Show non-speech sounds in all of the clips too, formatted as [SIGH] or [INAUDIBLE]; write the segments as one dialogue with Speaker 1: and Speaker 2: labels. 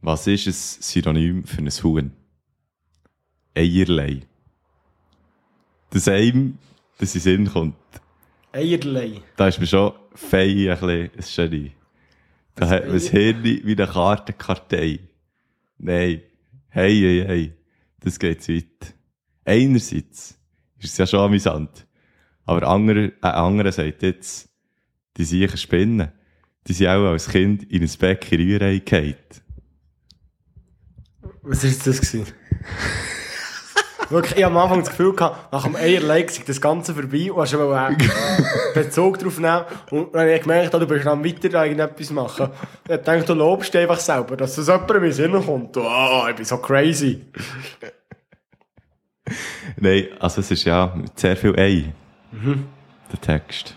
Speaker 1: Was ist ein Synonym für ein Huhn? Eierlei. Das einem, das in den Sinn kommt,
Speaker 2: Eierlei.
Speaker 1: da ist mir schon fei ein bisschen ein Genie. Da hat man das Hirn wie eine Kartenkartei. Nein. Hey, hey, hey. Das geht zu weit. Einerseits ist es ja schon amüsant. Aber andere, ein anderer sagt jetzt, die sicher Spinnen. Die sind auch als Kind in ein Becken Rührei gefallen.
Speaker 2: Was war das? Gewesen? [LAUGHS] Wirklich, ich habe am Anfang das Gefühl gehabt, nach dem Eierlei sei das Ganze vorbei und hast schon [LAUGHS] mal Bezug drauf nehmen. Und dann habe ich gemerkt, ah, du bist dann weiter da irgendetwas machen. Ich habe gedacht, du lobst dich einfach selber, dass das jemandem in den Sinn kommt. Oh, ich bin so crazy.
Speaker 1: Nein, also es ist ja mit sehr viel Ei.
Speaker 2: Mhm.
Speaker 1: Der Text.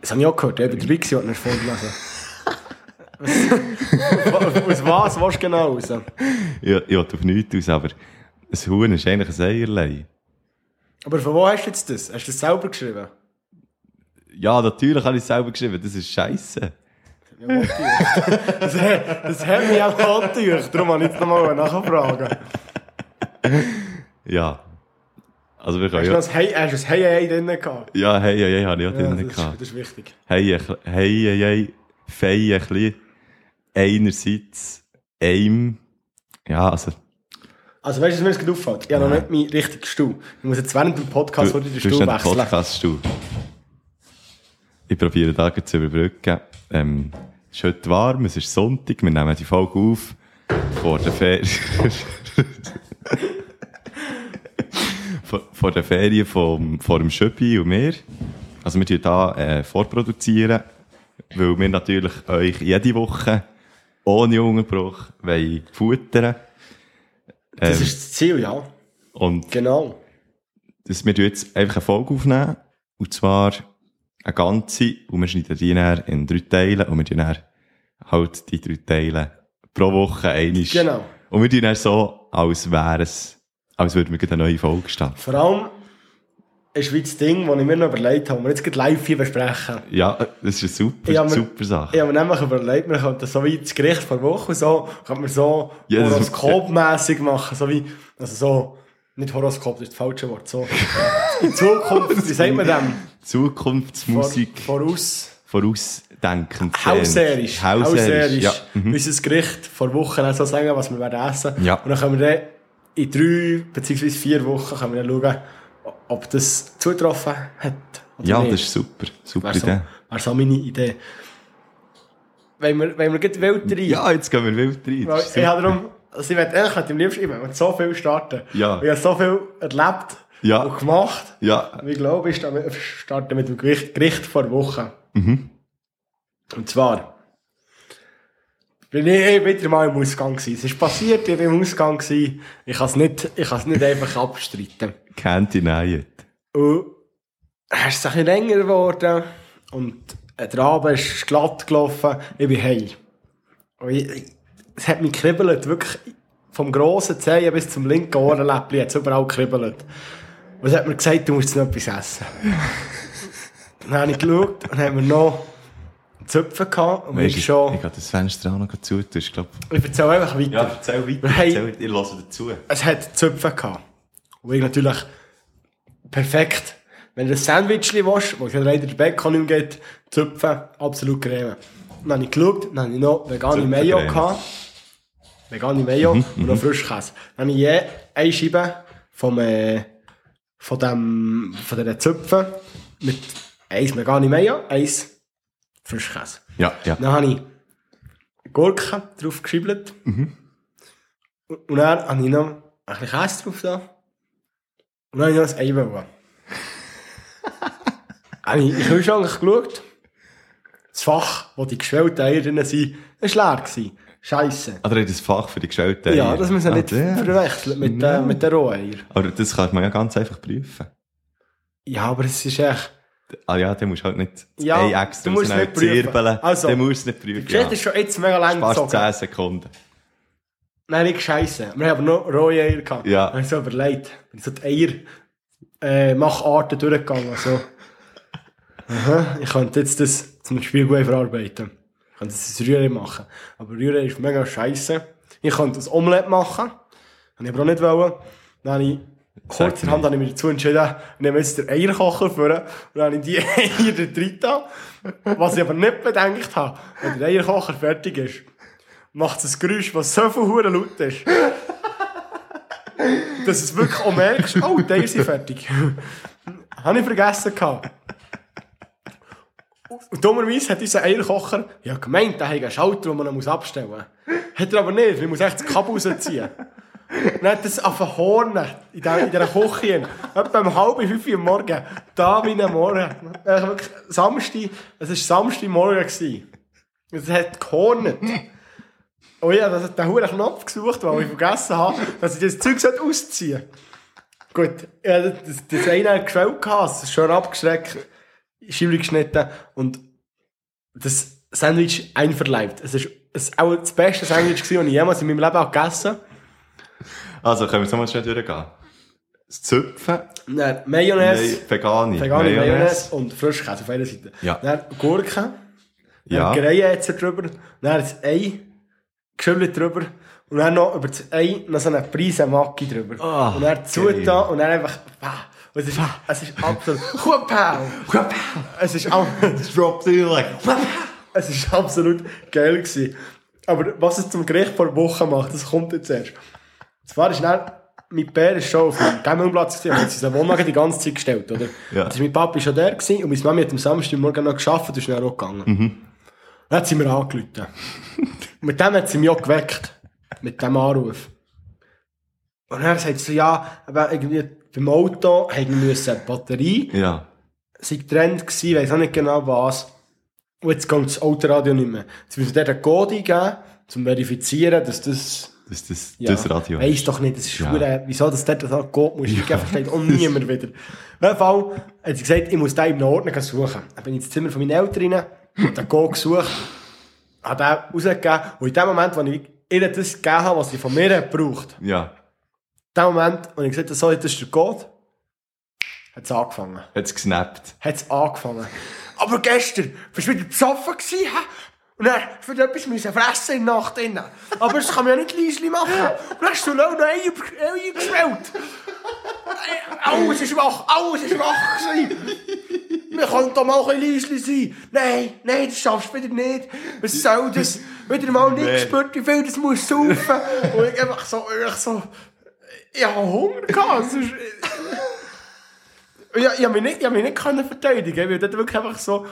Speaker 2: Das habe ich auch gehört, ich war dabei, gewesen, als ich vorgelesen [LAUGHS] habe. Aus was willst du genau raus?
Speaker 1: Ich, ich will auf nichts aus, aber ein Huhn ist eigentlich ein Eierlei.
Speaker 2: Aber von wo hast du jetzt das? Hast du das selber geschrieben?
Speaker 1: Ja, natürlich habe ich es selber geschrieben, das ist scheiße.
Speaker 2: Das, das hat mich auch angeteucht, darum habe ich jetzt nochmal nachfragen.
Speaker 1: Ja. Also wir können
Speaker 2: Hast du
Speaker 1: ja...
Speaker 2: das Hey, hast du das Hey Hey drin gehabt?
Speaker 1: Ja, hey, hey, hey, habe ich auch
Speaker 2: Ja,
Speaker 1: drin
Speaker 2: das, ist,
Speaker 1: gehabt.
Speaker 2: das ist wichtig.
Speaker 1: Hey, ein chli- hey, hey, hey, fei, ein chli. Einerseits, aim. Ja, also...
Speaker 2: Also weißt du, was mir jetzt gerade auffällt? Ich habe noch nicht meinen richtigen Stuhl. Ich muss jetzt während dem Podcast heute den
Speaker 1: hast
Speaker 2: Stuhl
Speaker 1: nicht den
Speaker 2: wechseln.
Speaker 1: Podcast-Stuhl. Ich probiere da gerade zu überbrücken. Ähm, es ist heute warm, es ist Sonntag, wir nehmen die Folge auf vor der Ferien. [LAUGHS] vor, vor der Ferien vom, vor dem Schöppi und mir. Also wir tun da äh, vorproduzieren, weil wir natürlich euch jede Woche ohne Unterbruch wollen futtern.
Speaker 2: Das
Speaker 1: ähm.
Speaker 2: ist das Ziel, ja.
Speaker 1: Und
Speaker 2: Genau.
Speaker 1: dass wir jetzt einfach eine Folge aufnehmen. Und zwar eine ganze. Und wir schneiden die dann in drei Teile. Und wir tun dann halt die drei Teile pro Woche einig.
Speaker 2: Genau.
Speaker 1: Und wir tun dann so, als wäre es, als würden wir gerade eine neue Folge starten.
Speaker 2: Vor allem ist wie das Ding, das ich mir noch überlegt habe, das wir jetzt gerade live hier besprechen.
Speaker 1: Ja, das ist eine super,
Speaker 2: Ja, aber-
Speaker 1: super Sache.
Speaker 2: Ich habe mir nämlich überlegt, wir könnten so wie das Gericht vor Woche so, könnten wir so
Speaker 1: Ja, das-
Speaker 2: horoskopmässig machen, so wie, also so, nicht Horoskop, das ist das falsche Wort, so.
Speaker 1: [LAUGHS]
Speaker 2: In Zukunft, wie sagt man dem?
Speaker 1: Zukunftsmusik
Speaker 2: Vor, voraus.
Speaker 1: vorausdenkend. sehen.
Speaker 2: Hausärisch.
Speaker 1: Hausärisch. Ja. Mhm.
Speaker 2: Unser Gericht vor Wochen auch so sagen, was wir werden essen.
Speaker 1: Ja.
Speaker 2: Und dann können wir dann in drei bzw. vier Wochen können wir dann schauen, ob das zutroffen hat. oder
Speaker 1: ja,
Speaker 2: nicht.
Speaker 1: das ist super. Super
Speaker 2: wäre so,
Speaker 1: Idee.
Speaker 2: wäre so meine Idee. Wenn wir, wenn wir gleich wild rein.
Speaker 1: Ja, jetzt gehen wir wild rein.
Speaker 2: Weil
Speaker 1: Das ist
Speaker 2: ich
Speaker 1: super.
Speaker 2: habe darum, also ich möchte ehrlich, ich möchte am liebsten, ich möchte so viel starten.
Speaker 1: Ja.
Speaker 2: Ich habe so viel erlebt
Speaker 1: Ja.
Speaker 2: und gemacht.
Speaker 1: Ja,
Speaker 2: [LAUGHS] Und ich glaube, ich sta- starte mit dem Gericht, Gericht vor Wochen. Und zwar bin ich wieder mal im Ausgang gewesen. Es ist passiert, ich war im Ausgang gewesen. Ich kann es nicht, ich kann's nicht einfach abstreiten.
Speaker 1: can't deny it.
Speaker 2: Und es ist ein bisschen länger geworden und der Abend ist glatt gelaufen. Ich bin heim. Und ich- Es hat mich kribbelt, wirklich vom grossen Zehen bis zum linken Ohrenläppchen hat es überall kribbelt. Und es hat mir gesagt, du musst noch etwas essen. dann habe ich geschaut und haben wir noch Zöpfe gehabt. Und
Speaker 1: Weisst
Speaker 2: ich
Speaker 1: du,
Speaker 2: schon,
Speaker 1: Ich habe das Fenster auch noch zu, du hast, glaube
Speaker 2: ich erzähle einfach weiter.
Speaker 1: Ja, erzähl weiter.
Speaker 2: Hey.
Speaker 1: Erzähl weiter. Ich höre dazu.
Speaker 2: es hat Zöpfe gehabt. Und ich natürlich perfekt. Wenn du ein Sandwich willst, wo es ja leider der Bacon nicht mehr geht, Zöpfe, absolut Creme. Dann habe ich geschaut, dann habe ich noch vegane
Speaker 1: Zöpfe
Speaker 2: Mayo
Speaker 1: Creme. Mhm,
Speaker 2: gehabt. Vegane Mayo und noch Frischkäse. Dann habe ich je eine Scheibe vom, äh, von dem, von diesen Zöpfen mit eins vegane Mayo, eins Frischkäse.
Speaker 1: Ja, ja.
Speaker 2: Dann habe ich Gurken drauf geschribbelt.
Speaker 1: Mhm.
Speaker 2: Und und dann habe ich noch ein bisschen Käse drauf da. Und dann habe ich noch ein
Speaker 1: [LAUGHS]
Speaker 2: Ei wollen. Habe ich in den Kühlschrank geschaut. Das Fach, wo die geschwellten Eier drin sind, das war leer. gewesen. Scheisse.
Speaker 1: Oder hat das Fach für die gestellten Ah,
Speaker 2: Ja, das müssen wir nicht
Speaker 1: ja.
Speaker 2: verwechseln mit, äh, mit den Roheiern.
Speaker 1: Aber das kann man ja ganz einfach prüfen.
Speaker 2: Ja, aber es ist echt...
Speaker 1: Ah ja, dann musst du halt nicht
Speaker 2: Ja,
Speaker 1: ein extra
Speaker 2: du musst
Speaker 1: rausnehmen,
Speaker 2: nicht prüfen.
Speaker 1: zirbeln.
Speaker 2: Also,
Speaker 1: dann musst du nicht
Speaker 2: Die
Speaker 1: prüfen.
Speaker 2: Geschichte
Speaker 1: Ja.
Speaker 2: ist schon jetzt mega lang
Speaker 1: Fast
Speaker 2: gezogen.
Speaker 1: 10 Sekunden.
Speaker 2: Nein, nicht scheiße. Wir haben noch rohe Eier gehabt.
Speaker 1: Ja.
Speaker 2: Dann habe ich so überlegt. Bin so die Eier äh, Macharten durchgegangen. So. Aha, ich könnte jetzt das zum Beispiel gut verarbeiten. Ich könnte ein Rührei machen. Aber Rührei ist mega scheiße. Ich könnte ein Omelette machen. Habe ich aber auch nicht wollen. Dann habe ich kurzerhand habe ich mich dazu entschieden, ich nehme jetzt den Eierkocher vor und dann habe ich die [LAUGHS] Eier da drin da. Was ich aber nicht bedenkt habe, wenn der Eierkocher fertig ist, macht es ein Geräusch, was so viel Huren laut ist. Dass es wirklich auch merkst, oh, die Eier sind fertig. [LAUGHS] habe ich vergessen gehabt. Und dummerweise hat unser Eierkocher ja gemeint, er hat einen Schalter, den man noch abstellen muss. Hat er aber nicht, weil ich muss echt das Kabel rausziehen. Und hat das auf den Horn in der- in dieser Küche. hin. Etwa um halb fünf Uhr am Morgen. Da wie am Morgen. Äh, wirklich, Samstag, es war Samstagmorgen. gewesen. Und Es hat gehornet. Oh ja, das hat den hohen Knopf gesucht, weil ich vergessen habe, dass ich das Zeug sollte ausziehen sollte. Gut, ja, das, das eine hat geschwellt, gehabt, es ist schön abgeschreckt, Schiebel geschnitten und das Sandwich einverleibt. Es ist es auch das beste Sandwich, gewesen, das ich jemals in meinem Leben habe gegessen habe.
Speaker 1: Also, können wir es nochmal schnell durchgehen. Das Züpfen,
Speaker 2: Dann Mayonnaise,
Speaker 1: May- vegane,
Speaker 2: vegane Mayonnaise. und Frischkäse auf einer Seite.
Speaker 1: Ja.
Speaker 2: Dann Gurken,
Speaker 1: Ja.
Speaker 2: dann Greie jetzt drüber, dann das Ei, geschüttelt drüber und dann noch über das Ei noch so eine Prise Maki drüber.
Speaker 1: Ah,
Speaker 2: und dann
Speaker 1: geil.
Speaker 2: Zutaten und dann einfach... Bah, und es, ist, es ist absolut... [LAUGHS] Kuhpau! Es ist auch...
Speaker 1: Das droppt dir like.
Speaker 2: Es ist absolut geil. Gewesen. Aber was es zum Gericht vor Wochen macht, das kommt jetzt erst. Zwar ist dann, mein Pär ist schon auf dem Campingplatz gewesen, hat seinen Wohnwagen die ganze Zeit gestellt, oder?
Speaker 1: Ja.
Speaker 2: Jetzt ist mein Papa schon der gewesen und meine Mami hat am Samstagmorgen noch geschafft und ist dann auch gegangen. Dann hat sie mir angerufen. Mit dem hat sie mich auch geweckt. Mit dem Anruf. Und dann sagt sie, ja, aber irgendwie beim Auto hätten wir müssen die Batterie
Speaker 1: Ja.
Speaker 2: sei Trend gewesen, ich weiss auch nicht genau was. Und jetzt kommt das Autoradio nicht mehr. Jetzt müssen wir dort einen Code eingeben, um zu verifizieren, dass das...
Speaker 1: Das ist das,
Speaker 2: Ja,
Speaker 1: das Radio.
Speaker 2: Weiss doch nicht, das ist
Speaker 1: Ja.
Speaker 2: ja. wieso dass dort so ein Code muss eingeben, versteht auch niemand wieder. Auf jeden Fall hat sie gesagt, ich muss den im Ordner gehen suchen. Dann bin ich ins Zimmer von meinen Eltern rein, hab den Code gesucht, hab den rausgegeben und in dem Moment, wo ich ihr das gegeben habe, was sie von mir hat gebraucht
Speaker 1: Ja.
Speaker 2: in dem Moment, wo ich gesagt habe, so, das ist der Code, hat es angefangen.
Speaker 1: Hat es gesnappt.
Speaker 2: hat es angefangen. Aber gestern warst du wieder besoffen gewesen, hä? Und dann für etwas müssen fressen in der Nacht innen. Aber das kann man ja nicht leise machen. Und dann hast du auch noch Eier Eier geschwellt. Ei- Alles ist wach, alles ist wach gewesen. Wir können doch mal ein bisschen leise sein. Nein, nein, das schaffst du wieder nicht. Was soll das? Wieder mal nicht
Speaker 1: Nee.
Speaker 2: gespürt, wie viel das muss saufen. Und ich einfach so, ich so... Ich habe Hunger gehabt. Es ist, ja, ich habe mich nicht, ich hab mich nicht können verteidigen, weil dort wirklich einfach so...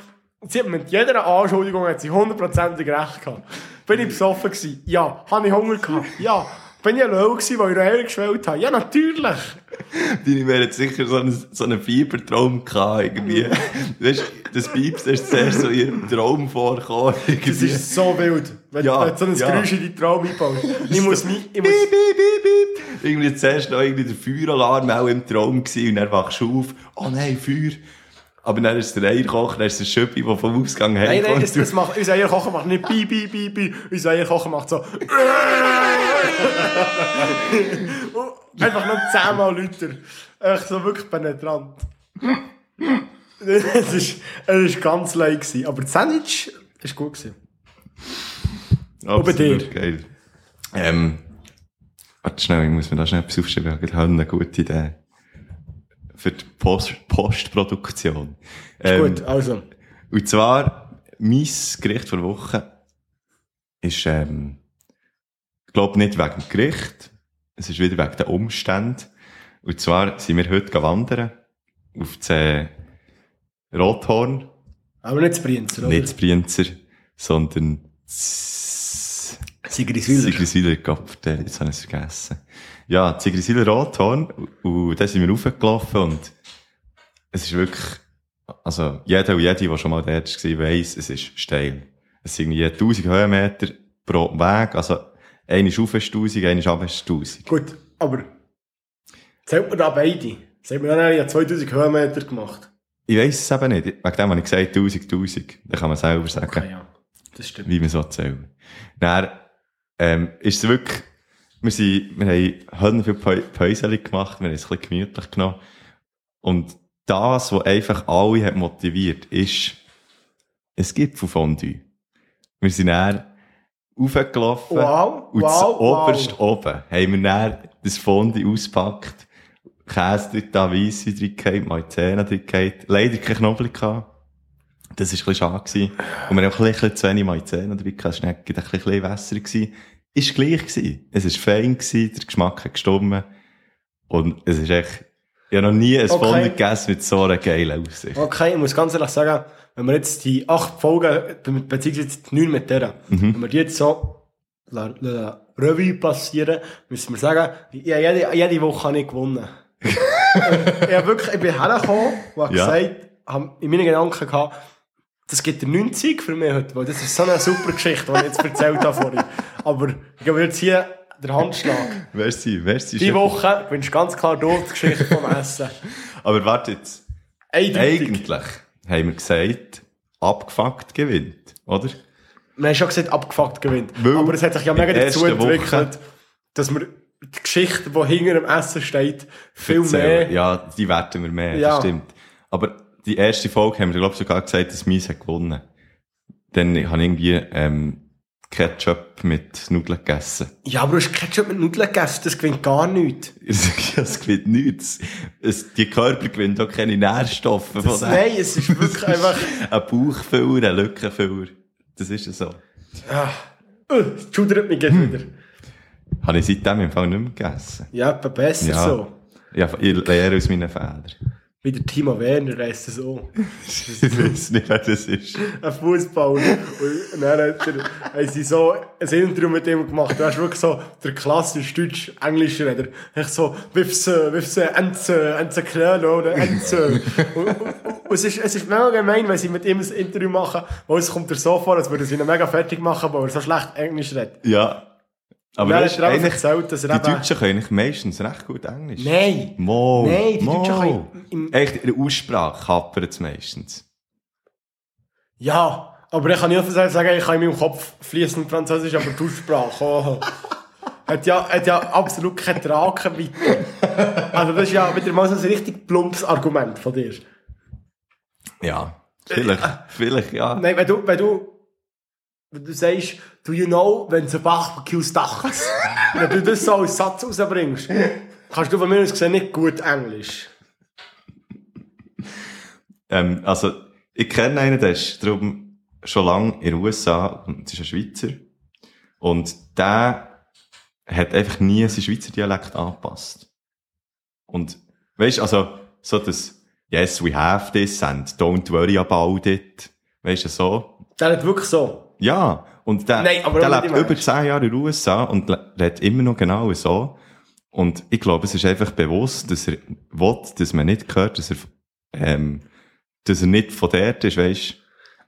Speaker 2: Sie hat mit jeder Anschuldigung hat sie hundertprozentig recht gehabt. Bin ich besoffen gewesen? Ja. Habe ich Hunger gehabt? Ja. Bin ich allein gewesen, weil ich noch Eier geschwellt habe? Ja, natürlich.
Speaker 1: Deine wäre jetzt sicher so einen, so einen Fiebertraum gehabt, irgendwie.
Speaker 2: Mhm.
Speaker 1: weißt du, das Pieps ist zuerst so in ihrem Traum vorgekommen.
Speaker 2: Das ist so wild, wenn
Speaker 1: Ja,
Speaker 2: du so ein
Speaker 1: ja.
Speaker 2: Geräusch in deinen Traum einbaust.
Speaker 1: [LAUGHS]
Speaker 2: Ich muss mich... Ich muss,
Speaker 1: Piep, piep, piep, piep. Irgendwie zuerst noch irgendwie der Feueralarm auch im Traum gewesen und dann wachst du auf. Oh nein, Feuer. Aber dann ist der Eierkocher, dann ist der Schöppi, der vom Ausgang
Speaker 2: nein, nein,
Speaker 1: herkommt.
Speaker 2: das, das macht, unser Eierkocher macht nicht bi, bi, bi, bi. Unser Eierkocher macht so... [LAUGHS] Und einfach noch zehnmal lauter. Echt so wirklich penetrant. es ist, es ist ganz leid gewesen. Aber das Sandwich ist gut gewesen.
Speaker 1: Absolut
Speaker 2: bei dir?
Speaker 1: Geil. Ähm, warte schnell, ich muss mir da schnell etwas aufschreiben. Ich habe eine gute Idee. Für die Post Postproduktion. Ähm,
Speaker 2: Gut, also.
Speaker 1: Und zwar, mein Gericht vor Woche ist, ähm, ich glaube nicht wegen dem Gericht, es ist wieder wegen den Umständen. Und zwar sind wir heute gegangen wandern auf das äh, Rothorn,
Speaker 2: Aber nicht zu Brienzer, oder?
Speaker 1: nicht das Brienzer, sondern das
Speaker 2: Sigriswiller.
Speaker 1: Sigriswiller, Gott, der- jetzt habe ich es vergessen. Ja, Sigriswiller Rothorn, und da sind wir raufgelaufen und es ist wirklich, also jeder und jede, der schon mal dort war, weiss, es ist steil. Es sind irgendwie 1000 Höhenmeter pro Weg, also eine ist auf 1000, eine ist ab 1000.
Speaker 2: Gut, aber... Zählt man da beide? Sagt man dann, ich habe 2000 Höhenmeter gemacht.
Speaker 1: Ich weiss es eben nicht, wegen dem habe ich gesagt 1000, 1000, dann kann man selber sagen.
Speaker 2: Okay, ja. Das stimmt.
Speaker 1: wie man so zählen. Dann, ähm, ist es wirklich, wir sind, wir haben Höllen viel Päu- Päuseli gemacht, wir haben es ein bisschen gemütlich genommen. Und das, was einfach alle hat motiviert, ist, es gibt von Fondue. Wir sind dann raufgelaufen
Speaker 2: Wow,
Speaker 1: und
Speaker 2: wow,
Speaker 1: das
Speaker 2: wow.
Speaker 1: oberst oben haben wir dann das Fondue ausgepackt, Käse drin, da Weisse drin gehabt, Maizena drin gehabt. Leider kein Knoblauch gehabt. Das war ein bisschen schade. Gewesen. Und wir haben auch ein bisschen zu wenig Maizena drin gehabt. Es war dann ein bisschen wässer. gewesen. Ist gleich gewesen. Es war fein gewesen, der Geschmack hat gestummen. Und es ist echt, ich habe noch nie ein
Speaker 2: Okay.
Speaker 1: Fondue gegessen mit so einer geilen Aussicht.
Speaker 2: Okay, ich muss ganz ehrlich sagen, wenn wir jetzt die acht Folgen, be- beziehungsweise die neun mit der, wenn wir die jetzt so la, la, Revue passieren, müssen wir sagen, ich, habe jede, jede Woche habe ich gewonnen. ich, habe wirklich, ich bin hergekommen und habe
Speaker 1: Ja.
Speaker 2: gesagt, habe in meinen Gedanken gehabt, das gibt einen 90 für mich heute, weil das ist so eine super Geschichte, die ich jetzt erzählt habe vorhin. Aber ich gebe jetzt hier den Handschlag.
Speaker 1: Merci, merci.
Speaker 2: Die
Speaker 1: Chef.
Speaker 2: Woche gewinnst ganz klar durch die Geschichte vom Essen.
Speaker 1: Aber wartet jetzt.
Speaker 2: Eindeutig.
Speaker 1: Eigentlich haben wir gesagt, abgefuckt gewinnt, oder?
Speaker 2: Man hat schon gesagt, abgefuckt gewinnt.
Speaker 1: Weil
Speaker 2: aber es hat sich ja mega
Speaker 1: in der
Speaker 2: dazu
Speaker 1: ersten
Speaker 2: entwickelt,
Speaker 1: Woche-
Speaker 2: dass man die Geschichte, die hinter dem Essen steht, viel
Speaker 1: Erzählen.
Speaker 2: mehr.
Speaker 1: Ja, die werten wir mehr,
Speaker 2: Ja.
Speaker 1: das stimmt. Aber die erste Folge haben wir, glaube ich, sogar gesagt, dass Mies hat gewonnen. Dann habe ich irgendwie ähm, Ketchup mit Nudeln gegessen. [LAUGHS]
Speaker 2: Ja, aber du hast Ketchup mit Nudeln gegessen, das gewinnt gar nichts.
Speaker 1: Es gewinnt nichts. Es, die Körper gewinnen auch keine Nährstoffe von
Speaker 2: Das, nein, es ist
Speaker 1: [LAUGHS]
Speaker 2: wirklich einfach.
Speaker 1: Ein Bauchfüller, ein Lückenfüller. Das ist ja so.
Speaker 2: Äh, Es schudert mich jetzt wieder.
Speaker 1: Habe ich seitdem im Fall nicht mehr gegessen.
Speaker 2: Ja, etwa besser
Speaker 1: Ja.
Speaker 2: so.
Speaker 1: Ja, ich lehre aus meinen Fehlern. [LAUGHS]
Speaker 2: Wie der Timo Werner reist es so.
Speaker 1: Ich weiß nicht, wer das ist.
Speaker 2: Ein Fußballer. Und dann hat er, haben sie so ein Interview mit ihm gemacht. Du hast wirklich so der klassische deutsch-englische Reder. Ich so, wirf's, wirf's, Enze, Enze Knöll, oder? Enze. Und, und, und es, ist, es ist mega gemein, wenn sie mit ihm ein Interview machen, weil es kommt er so vor, als würde sie ihn mega fertig machen, weil er so schlecht Englisch redet.
Speaker 1: Ja. Aber
Speaker 2: Nein,
Speaker 1: das ist
Speaker 2: er hat einfach
Speaker 1: eigentlich,
Speaker 2: erzählt, dass er
Speaker 1: die
Speaker 2: eben-
Speaker 1: Deutschen können eigentlich meistens recht gut Englisch.
Speaker 2: Nein!
Speaker 1: Mo,
Speaker 2: Nein, die
Speaker 1: mo.
Speaker 2: Deutschen können im-
Speaker 1: Echt, in der Aussprache kappert es meistens.
Speaker 2: Ja, aber ich kann nicht offiziell sagen, ich kann in meinem Kopf fließend Französisch, aber die Aussprache. Oh. [LAUGHS] Hat ja, hat ja absolut keine Tragweite. Also das ist ja wieder mal so ein richtig plumpes Argument von dir.
Speaker 1: Ja. Vielleicht, vielleicht, ja.
Speaker 2: Nein, wenn du, wenn du, wenn du sagst, do you know, wenn es ein Barbecues dachtest, [LAUGHS] wenn du das so als Satz rausbringst, kannst du von mir aus gesehen nicht gut Englisch.
Speaker 1: Ähm, also, ich kenne einen, der ist darum schon lange in den USA und das ist ein Schweizer. Und der hat einfach nie seinen Schweizer Dialekt angepasst. Und, weißt also, so das, yes, we have this and don't worry about it. Weißt du, so.
Speaker 2: Der hat wirklich so.
Speaker 1: Ja. Und der,
Speaker 2: Nein, aber
Speaker 1: der
Speaker 2: auch nicht
Speaker 1: lebt
Speaker 2: im
Speaker 1: über
Speaker 2: Ernst.
Speaker 1: zehn Jahre in den USA und le- redet immer noch genau so. Und ich glaube, es ist einfach bewusst, dass er will, dass man nicht hört, dass er, ähm, dass er nicht von dort ist, weisst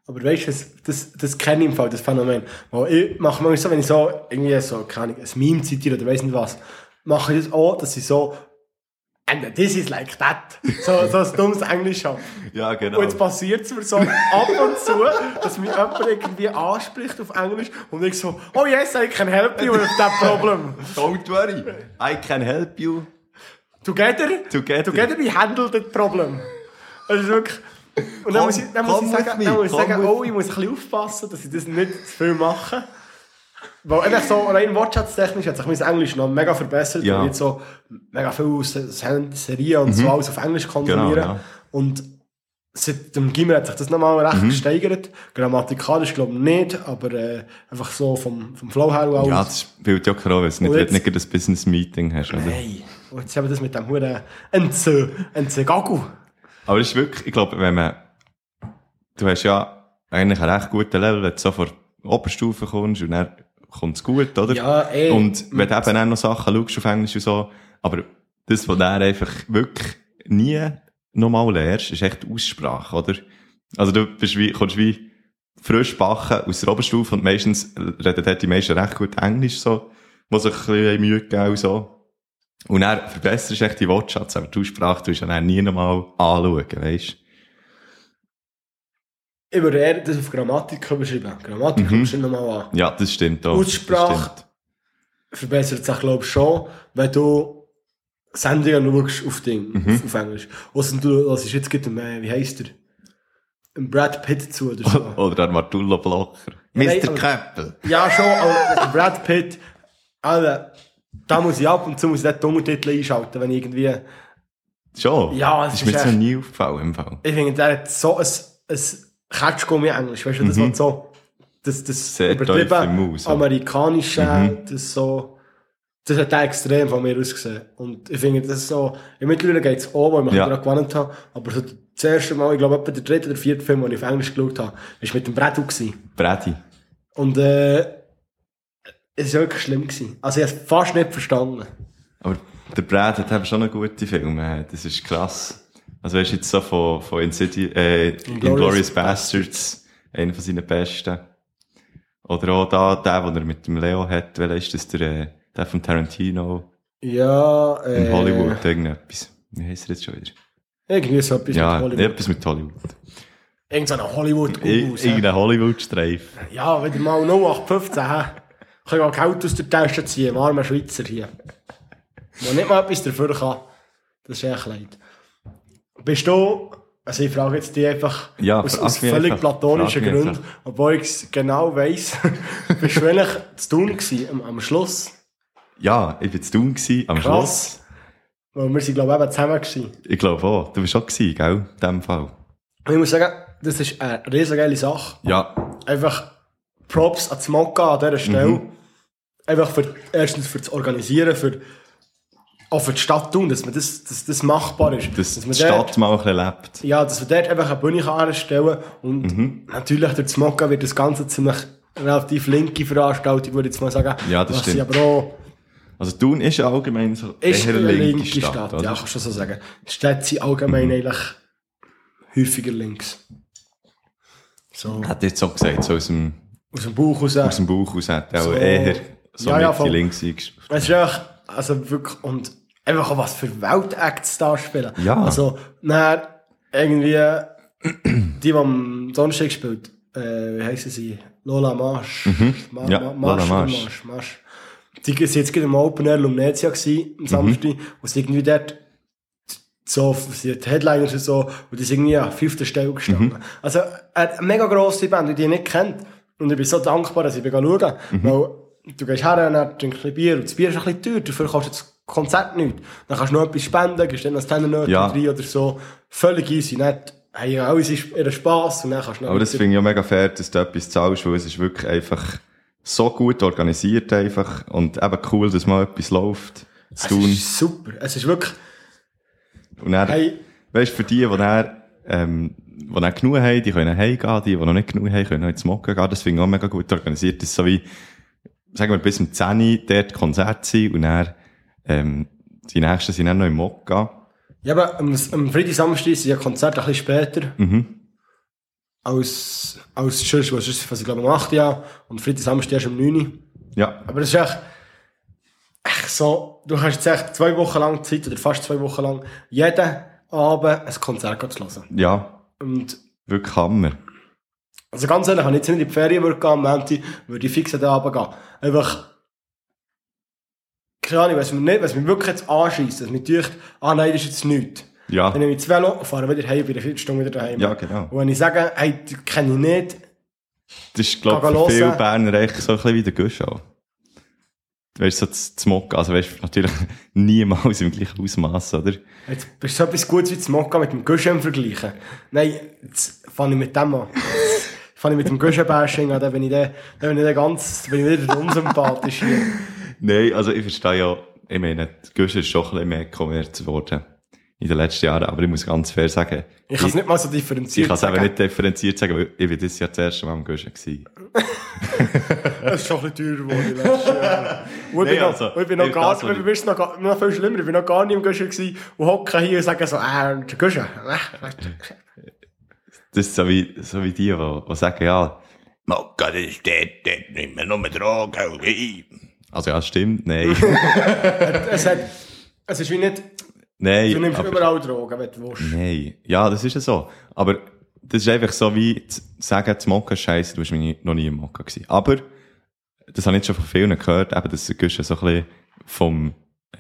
Speaker 2: Aber weißt du, das, das, das kenne ich im Fall, das Phänomen. Weil ich mache manchmal so, wenn ich so, irgendwie so, keine Ahnung, ein Meme zitiere oder weiss nicht was, mache ich das auch, dass ich so, and this is like that. So, so ein dummes Englisch habe.
Speaker 1: Ja, genau.
Speaker 2: Und jetzt passiert es mir so ab und zu, dass mich jemand irgendwie anspricht auf Englisch und ich so, oh yes, I can help you with that problem.
Speaker 1: Don't worry, I can help you.
Speaker 2: Together,
Speaker 1: Together.
Speaker 2: together we handle that problem. Das ist wirklich... Und dann
Speaker 1: Come-
Speaker 2: muss ich, dann muss ich
Speaker 1: come with
Speaker 2: sagen,
Speaker 1: me,
Speaker 2: dann muss ich
Speaker 1: come
Speaker 2: sagen
Speaker 1: with-
Speaker 2: oh, ich muss ein bisschen aufpassen, dass ich das nicht zu viel mache. Weil einfach so rein wortschatztechnisch hat sich mein Englisch noch mega verbessert.
Speaker 1: Ja. Mhm.
Speaker 2: Ja. Jetzt so mega viel aus Serien und so alles auf Englisch konsumieren.
Speaker 1: Genau, ja.
Speaker 2: Und seit dem Gimmer hat sich das nochmal
Speaker 1: Mhm.
Speaker 2: recht gesteigert. Grammatikalisch glaube ich nicht, aber äh, einfach so vom, vom Flow her und alles.
Speaker 1: Ja, das spielt ja keine Rolle, wenn du
Speaker 2: Und
Speaker 1: nicht,
Speaker 2: jetzt-
Speaker 1: nicht gerade ein Business Meeting hast, oder?
Speaker 2: Hey, und jetzt haben wir das mit dem Huren Enzo, Enzo Gagu.
Speaker 1: Aber es ist wirklich, ich glaube, wenn man, du hast ja eigentlich einen recht guten Level, wenn du so von der Oberstufe kommst und dann kommt es gut, oder?
Speaker 2: Ja, ey.
Speaker 1: Und wenn du eben auch noch Sachen schaust auf Englisch und so, aber das, was du dann einfach wirklich nie nochmal lernst, ist echt die Aussprache, oder? Also du bist wie, kommst wie frisch backen aus der Oberstufe und meistens reden dort die meisten recht gut Englisch, so, muss sich ein bisschen Mühe geben und so. Und dann verbesserst du echt die Wortschatz, aber die Aussprache tust du dann nie nochmal anschauen, weisst
Speaker 2: Ich würde eher das auf Grammatik überschreiben. Grammatik mhm. kommst du nicht nochmal an.
Speaker 1: Ja, das stimmt auch.
Speaker 2: Aussprache.
Speaker 1: Das stimmt.
Speaker 2: Verbessert sich, glaube ich, schon, wenn du
Speaker 1: Mhm.
Speaker 2: Sendungen schaust auf Ding, auf- auf Englisch. Außer du, das ist jetzt gerade, dem, äh, wie heisst der? einem Brad Pitt zu
Speaker 1: [LAUGHS]
Speaker 2: oder so.
Speaker 1: Oder an Martullo Blocher.
Speaker 2: nein,
Speaker 1: Mr.
Speaker 2: aber-
Speaker 1: Köppel.
Speaker 2: Ja, schon, aber Brad Pitt, also, da muss ich ab und zu muss ich dort die Untertitel einschalten, wenn ich irgendwie...
Speaker 1: Schon?
Speaker 2: Ja, es
Speaker 1: das ist
Speaker 2: ist
Speaker 1: mir so
Speaker 2: echt-
Speaker 1: nie aufgefallen im Fall.
Speaker 2: Ich finde, der hat so ein, ein Katschgummi-Englisch, weißt du, das mhm. so... Das, das
Speaker 1: Sehr tief im Maus, ja. Mhm.
Speaker 2: amerikanische, das so... Das hat der extrem von mir aus gesehen. Und ich finde, das ist so... ja, Mittlerweile geht es an, weil ich mich
Speaker 1: Ja.
Speaker 2: daran gewöhnt habe, aber so das erste Mal, ich glaube, etwa der dritte oder vierte Film, den ich auf Englisch geschaut habe, war mit dem Brad gewesen.
Speaker 1: Brady.
Speaker 2: Und äh, es war wirklich schlimm. Gewesen. Also ich habe es fast nicht verstanden.
Speaker 1: Aber der Brad hat eben schon eine gute Filme. Äh, Das ist krass. Also weißt du jetzt so von, von Insidi äh, Inglourious Bastards, einer von seinen besten. Oder auch da, der, den er mit dem Leo hat, welcher ist das? Der, äh, der von Tarantino
Speaker 2: Ja, äh,
Speaker 1: in Hollywood, irgendetwas. Wie heisst er jetzt schon wieder?
Speaker 2: Irgendwie so etwas
Speaker 1: Ja,
Speaker 2: mit Hollywood.
Speaker 1: etwas mit Hollywood.
Speaker 2: Irgend so ein hollywood
Speaker 1: Ir-
Speaker 2: Gugus, ja.
Speaker 1: Irgendein Hollywood-Streif.
Speaker 2: ja, wieder mal um 0815. hä? Ich kann auch Geld aus der Tasche ziehen, im armen Schweizer hier. Der nicht mal etwas dafür kann. Das ist echt leid. Bist du, also ich frage jetzt dich einfach
Speaker 1: Ja,
Speaker 2: aus,
Speaker 1: frag
Speaker 2: aus
Speaker 1: mich
Speaker 2: völlig
Speaker 1: einfach.
Speaker 2: platonischen
Speaker 1: Frag mich
Speaker 2: Gründen,
Speaker 1: einfach.
Speaker 2: obwohl ich es genau weiss, [LAUGHS] bist du eigentlich zu tun gewesen am, am Schluss?
Speaker 1: Ja, ich war zu tun gewesen, am Schluss.
Speaker 2: Krass. Weil wir sind, glaube ich, eben zusammen gewesen.
Speaker 1: Ich glaube auch. Du warst auch gewesen, gell? In diesem Fall.
Speaker 2: Und ich muss sagen, das ist eine riesige geile Sache.
Speaker 1: Ja.
Speaker 2: Einfach Props an Mokka an dieser Stelle.
Speaker 1: Mhm.
Speaker 2: Einfach für, erstens für das Organisieren, für, auch für die Stadt tun, dass man das, dass das machbar ist.
Speaker 1: Dass die
Speaker 2: man
Speaker 1: Stadt mal ein bisschen lebt.
Speaker 2: Ja, dass man dort einfach eine Bühne kann anstellen und
Speaker 1: Mhm.
Speaker 2: natürlich durch das Mokka wird das Ganze ziemlich relativ linke Veranstaltung, würde ich jetzt mal sagen.
Speaker 1: Ja, das
Speaker 2: Was
Speaker 1: stimmt.
Speaker 2: Ich aber auch
Speaker 1: Also Thun ist ja allgemein so
Speaker 2: ist
Speaker 1: eher
Speaker 2: eine linke, Stadt,
Speaker 1: oder? Mhm.
Speaker 2: ja, kannst du so sagen. Städte sind allgemein eigentlich häufiger links. So,
Speaker 1: Hat jetzt so gesagt, so aus dem,
Speaker 2: aus dem Bauch raus.
Speaker 1: aus dem Bauch aus hat er
Speaker 2: So.
Speaker 1: auch eher so
Speaker 2: Ja,
Speaker 1: mit
Speaker 2: ja,
Speaker 1: die
Speaker 2: voll.
Speaker 1: links eingestuft.
Speaker 2: Es ist echt, also wirklich, und einfach auch was für Weltacts da spielen.
Speaker 1: Ja.
Speaker 2: Also, nachher irgendwie, die, die am Donnerstag spielt, äh, wie heissen sie? Lola Marsch. Ma-
Speaker 1: Mhm. Ja,
Speaker 2: Ma-
Speaker 1: Lola
Speaker 2: Marsch,
Speaker 1: Marsch.
Speaker 2: Marsch, Marsch. Die sind jetzt gerade im Open Air Lumnezia gewesen,
Speaker 1: Mhm.
Speaker 2: am Samstag, und sind irgendwie dort so, sie hat die Headliners und so, und die sind irgendwie an fünfter Stelle gestanden.
Speaker 1: Mhm.
Speaker 2: Also, eine mega grosse Band, die ich nicht kennt. Und ich bin so dankbar, dass ich bin schauen kann.
Speaker 1: Mhm.
Speaker 2: Weil, du gehst her, dann trinkst du ein Bier, und das Bier ist ein bisschen teuer, dafür kostet das Konzert nicht. Dann kannst du noch etwas spenden, gehst dann noch ein Tenner
Speaker 1: Ja.
Speaker 2: rein oder so. Völlig easy, nicht? Hey, alles ist ihren Spass, und dann kannst du noch
Speaker 1: Aber das
Speaker 2: wieder-
Speaker 1: finde ich ja mega fair, dass du etwas zahlst, weil es ist wirklich einfach so gut organisiert einfach und eben cool, dass mal etwas läuft. Zu
Speaker 2: es
Speaker 1: Thun.
Speaker 2: ist super. Es ist wirklich,
Speaker 1: Und dann,
Speaker 2: hey,
Speaker 1: weißt du, für die, die dann, ähm, die dann genug haben, die können heimgehen, die, die noch nicht genug haben, können noch ins Mocken gehen. Das finde ich auch mega gut organisiert. Das ist so wie, sagen wir, bis um 10 Uhr dort Konzert sein und dann, ähm, die nächsten sind dann noch im Mokka.
Speaker 2: ja, aber am, am Freitag, Samstag sind ja Konzerte ein bisschen später.
Speaker 1: Mhm.
Speaker 2: als, als Church, was ist, was ich glaube, um 8 Uhr und Freitag, Samstag erst um 9 Uhr.
Speaker 1: Ja.
Speaker 2: Aber es ist echt, echt so, du hast jetzt echt zwei Wochen lang Zeit oder fast zwei Wochen lang jeden Abend ein Konzert zu hören.
Speaker 1: Ja.
Speaker 2: Und
Speaker 1: Wirklich Hammer.
Speaker 2: also ganz ehrlich, wenn ich jetzt nicht in die Ferien würde gehen am Montag, würde ich fix an den Abend gehen. Einfach, keine Ahnung, was mich, nicht, was mich wirklich jetzt anschießt, dass mich denkt, ah nein, das ist jetzt nichts.
Speaker 1: Ja.
Speaker 2: Dann nehme ich das Velo und fahre wieder heim, bin eine Viertelstunde wieder daheim.
Speaker 1: Ja, genau.
Speaker 2: Und wenn ich sage, hey, das kenne ich nicht,
Speaker 1: Das ist, glaube
Speaker 2: Gehen
Speaker 1: ich, für viele
Speaker 2: hören.
Speaker 1: Berner echt so ein bisschen wie der Guschau. Du weißt, so das das Mokka, also weißt du, natürlich [LAUGHS] niemals im gleichen Ausmaß, oder?
Speaker 2: Jetzt bist du so etwas Gutes wie das Mokka mit dem Guschen vergleichen. Nein, jetzt fange ich mit
Speaker 1: [LAUGHS]
Speaker 2: dem an. Jetzt Fange ich mit dem Guschen-Bashing an, dann bin ich dann, dann bin ich dann ganz, bin ich wieder unsympathisch
Speaker 1: [LAUGHS]
Speaker 2: hier.
Speaker 1: Nein, also ich verstehe ja, ich meine, die Gusch ist schon ein bisschen mehr Kommerz geworden in den letzten Jahren, aber ich muss ganz fair sagen,
Speaker 2: Ich kann es nicht mal so
Speaker 1: ich
Speaker 2: differenziert
Speaker 1: kann es
Speaker 2: sagen.
Speaker 1: eben nicht differenziert sagen, weil ich war das Jahr das erste Mal am Guschen. gewesen.
Speaker 2: Es ist schon ein bisschen teurer geworden in den letzten Jahren. [LAUGHS] Und ich bin
Speaker 1: Nein,
Speaker 2: noch-
Speaker 1: also,
Speaker 2: und ich bin noch
Speaker 1: ich-
Speaker 2: gar
Speaker 1: das, was
Speaker 2: nicht,
Speaker 1: ich-
Speaker 2: du bist noch, gar- noch viel schlimmer, ich bin noch gar nicht im Guschen gewesen und hocke hier und sage so, äh, der Guschen.
Speaker 1: Das ist so wie, so wie die, die, die sagen, ja, Mokka, das ist dort, dort nicht mehr nur Drogen. und Wein. Also ja, stimmt,
Speaker 2: [LAUGHS]
Speaker 1: nein.
Speaker 2: Es hat, es ist wie nicht,
Speaker 1: nein
Speaker 2: du Also nimmst
Speaker 1: aber-
Speaker 2: überall Drogen, wenn du willst.
Speaker 1: Nein, ja, das ist ja so. Aber das ist einfach so wie zu sagen, das Mokka ist scheiße, du warst mich nie- noch nie im Mokka gewesen. Aber das habe ich jetzt schon von vielen gehört, eben, dass Guschen so ein bisschen vom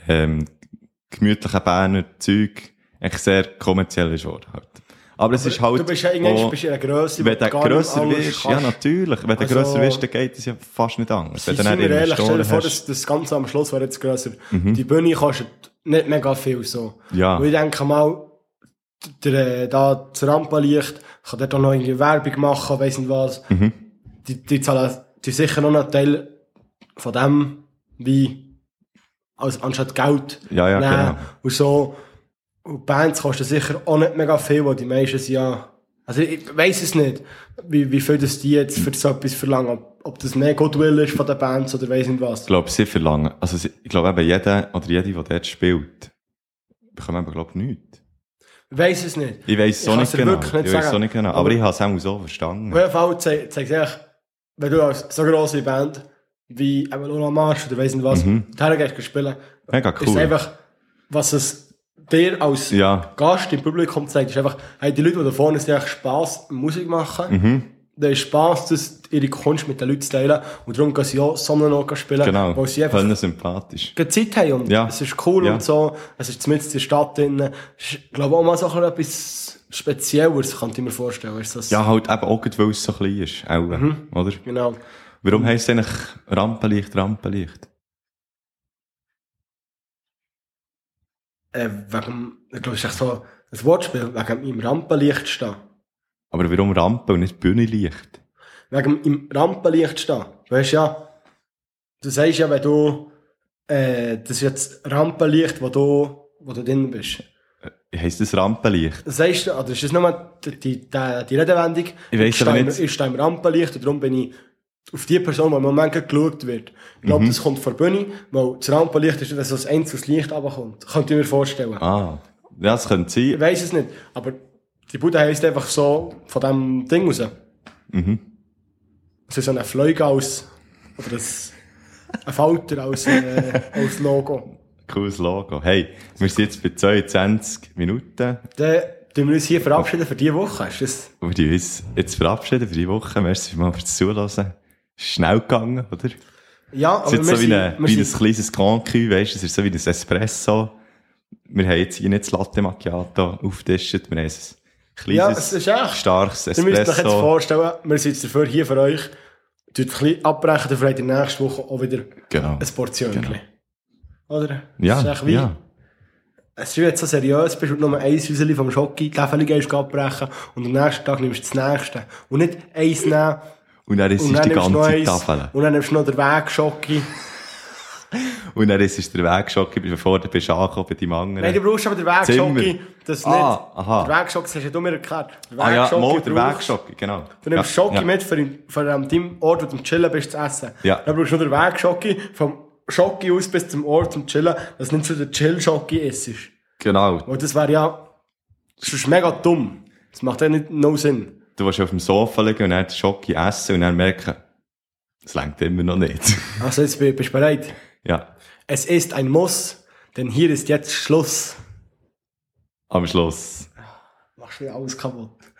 Speaker 1: ehm, ähm, gemütlichen Berner Zeug echt sehr kommerziell ist worden. Halt. Aber es ist halt.
Speaker 2: du bist ja irgendwann
Speaker 1: auch-
Speaker 2: bist du in einer Grösse,
Speaker 1: wenn du
Speaker 2: gar nicht
Speaker 1: grösser
Speaker 2: alles
Speaker 1: wirst, ja
Speaker 2: kannst.
Speaker 1: natürlich, wenn du
Speaker 2: Also-
Speaker 1: grösser wirst, dann geht es ja fast nicht anders. Wenn
Speaker 2: Seien
Speaker 1: du
Speaker 2: wir
Speaker 1: dann
Speaker 2: ehrlich, stell dir
Speaker 1: Investoren
Speaker 2: vor,
Speaker 1: hast, Mhm.
Speaker 2: das, das Ganze am Schluss wäre jetzt grösser. Die Bühne kostet nicht mega viel so.
Speaker 1: Ja.
Speaker 2: Und ich denke mal, der, äh, da das Rampenlicht, kann dort auch noch irgendwie Werbung machen, weiss nicht was.
Speaker 1: Mhm.
Speaker 2: Die, die zahlen die sicher noch einen Teil von dem, wie als, anstatt Geld
Speaker 1: Ja, ja,
Speaker 2: nehmen
Speaker 1: genau.
Speaker 2: Und so. Und Bands kosten sicher auch nicht mega viel, weil die meisten sind ja... Also ich weiss es nicht, wie, wie viel das die jetzt für so etwas verlangen. Ob, ob das mehr Goodwill ist von den Bands oder weiss nicht was.
Speaker 1: ich glaube, sie verlangen, also sie- ich glaube eben jeder oder jede, der dort spielt, bekommt eben, glaube ich, nichts.
Speaker 2: Ich weiss es nicht.
Speaker 1: Ich weiß
Speaker 2: Ich
Speaker 1: es auch nicht
Speaker 2: kann's dir
Speaker 1: genau.
Speaker 2: wirklich nicht
Speaker 1: ich weiß es
Speaker 2: sagen.
Speaker 1: auch nicht genau. Aber,
Speaker 2: Aber-
Speaker 1: ich habe es auch so verstanden.
Speaker 2: Auf jeden Fall ze- zeigt sich, wenn du als so grosse Band wie eben Lola Marsch oder weiss nicht was, mhm. daher gehst spielen,
Speaker 1: Mega
Speaker 2: ist
Speaker 1: cool.
Speaker 2: einfach, was es dir als
Speaker 1: Ja.
Speaker 2: Gast im Publikum zeigt, ist einfach, hey, die Leute, die da vorne sind, die haben Spass am Musik machen.
Speaker 1: Mhm.
Speaker 2: Da ist Spass, dass ihre Kunst mit den Leuten zu teilen und darum gehen sie auch Sonnenaugen spielen,
Speaker 1: Genau.
Speaker 2: weil sie einfach
Speaker 1: Völlig sympathisch.
Speaker 2: keine Zeit haben und
Speaker 1: Ja.
Speaker 2: es ist cool
Speaker 1: Ja.
Speaker 2: und so, es ist mitten in der Stadt drin, Es ist, glaube ich, auch mal so ein bisschen etwas Spezielleres, kann ich mir vorstellen. Ist das
Speaker 1: Ja, halt eben auch, gerade, weil es so klein ist. Auch,
Speaker 2: Mhm.
Speaker 1: oder?
Speaker 2: Genau.
Speaker 1: Warum heisst es eigentlich Rampenlicht, Rampenlicht?
Speaker 2: Äh, wegen, ich glaube, es ist echt so ein Wortspiel, wegen im Rampenlicht stehen.
Speaker 1: Aber warum Rampe und nicht Bühnenlicht?
Speaker 2: Wegen im Rampenlicht stehen. Du weißt ja, du sagst ja, wenn du, äh, das ist jetzt Rampenlicht, wo du, wo du drin bist.
Speaker 1: Heisst das Rampenlicht?
Speaker 2: Das sagst du, oder ist das nur die, die, die, die Redewendung?
Speaker 1: Ich weiss aber
Speaker 2: stehe,
Speaker 1: nicht.
Speaker 2: Ich stehe im Rampenlicht und darum bin ich auf die Person, die im Moment gerade geschaut wird. Ich
Speaker 1: Mhm.
Speaker 2: glaube, das kommt von der Bühne, weil das Rampenlicht ist, wenn so ein einzelnes Licht runterkommt. Könnte ich mir vorstellen.
Speaker 1: Ah, ja, das könnte sein.
Speaker 2: Ich weiß es nicht, aber die Bude heisst einfach so von dem Ding raus.
Speaker 1: Mhm.
Speaker 2: Es ist so eine Fleuge aus, oder das, ein Falter
Speaker 1: [LAUGHS]
Speaker 2: als, äh, als Logo.
Speaker 1: Cooles Logo. Hey, wir sind jetzt bei 22 Minuten.
Speaker 2: Dann tun wir uns hier verabschieden für diese Woche. Ist das,
Speaker 1: Und wir uns jetzt verabschieden für die Woche. Merci mal fürs Zuhören. Ist Schnell gegangen, oder? Es
Speaker 2: ja, aber
Speaker 1: ist jetzt so wie, ein-
Speaker 2: Also wir
Speaker 1: wie ein
Speaker 2: sind-
Speaker 1: kleines Concu, weißt du? Es ist so wie ein Espresso. Wir haben jetzt hier nicht das Latte Macchiato aufgetischt. Wir haben ein kleines,
Speaker 2: Ja, es ist echt.
Speaker 1: starkes
Speaker 2: ihr müsst euch jetzt
Speaker 1: Espresso.
Speaker 2: vorstellen, wir sind jetzt dafür hier für euch. Tut ein bisschen abbrechen, dafür habt ihr nächste Woche auch wieder
Speaker 1: Genau.
Speaker 2: ein Portion.
Speaker 1: Genau.
Speaker 2: Oder? Es ist
Speaker 1: Ja,
Speaker 2: echt wie-
Speaker 1: ja.
Speaker 2: Es ist, wenn du so seriös bist und nur ein Häuschen vom Schocki, die Fälle gehst du abbrechen und am nächsten Tag nimmst du das nächste. Und nicht eins nehmen
Speaker 1: Und dann ist
Speaker 2: und
Speaker 1: es
Speaker 2: dann
Speaker 1: die
Speaker 2: nimmst du noch
Speaker 1: ganze
Speaker 2: eins
Speaker 1: Tafel.
Speaker 2: und dann nimmst du noch den Weg Schocki.
Speaker 1: Und dann ist es der Weg geschockt, bevor du bist angekommen bei deinem anderen.
Speaker 2: Nein, du brauchst aber den Weg
Speaker 1: Zimmer.
Speaker 2: Schocki. Das
Speaker 1: Ah,
Speaker 2: nicht.
Speaker 1: aha.
Speaker 2: Der Weg Schocki, das hast ja du mir erklärt. Der
Speaker 1: ah ja, mal, der
Speaker 2: brauchst-
Speaker 1: Weg geschockt, genau.
Speaker 2: Du nimmst
Speaker 1: ja,
Speaker 2: Schocki
Speaker 1: ja.
Speaker 2: mit für, den- für ähm, deinem Ort, wo du am Chillen bist, zu essen.
Speaker 1: Ja.
Speaker 2: Dann brauchst du noch den Weg Schocki vom Schocki aus bis zum Ort zum Chillen, dass du nicht so der Chill-Schocki isst.
Speaker 1: Genau.
Speaker 2: Weil das wäre ja, das ist mega dumm. Das macht ja nicht no Sinn.
Speaker 1: Du willst auf dem Sofa liegen und dann den Schocki essen und dann merken, es längt immer noch nicht. [LAUGHS]
Speaker 2: Also jetzt bi- bist du bereit.
Speaker 1: ja,
Speaker 2: Es ist ein Muss, denn hier ist jetzt Schluss.
Speaker 1: am Schluss.
Speaker 2: Machst du wieder alles kaputt.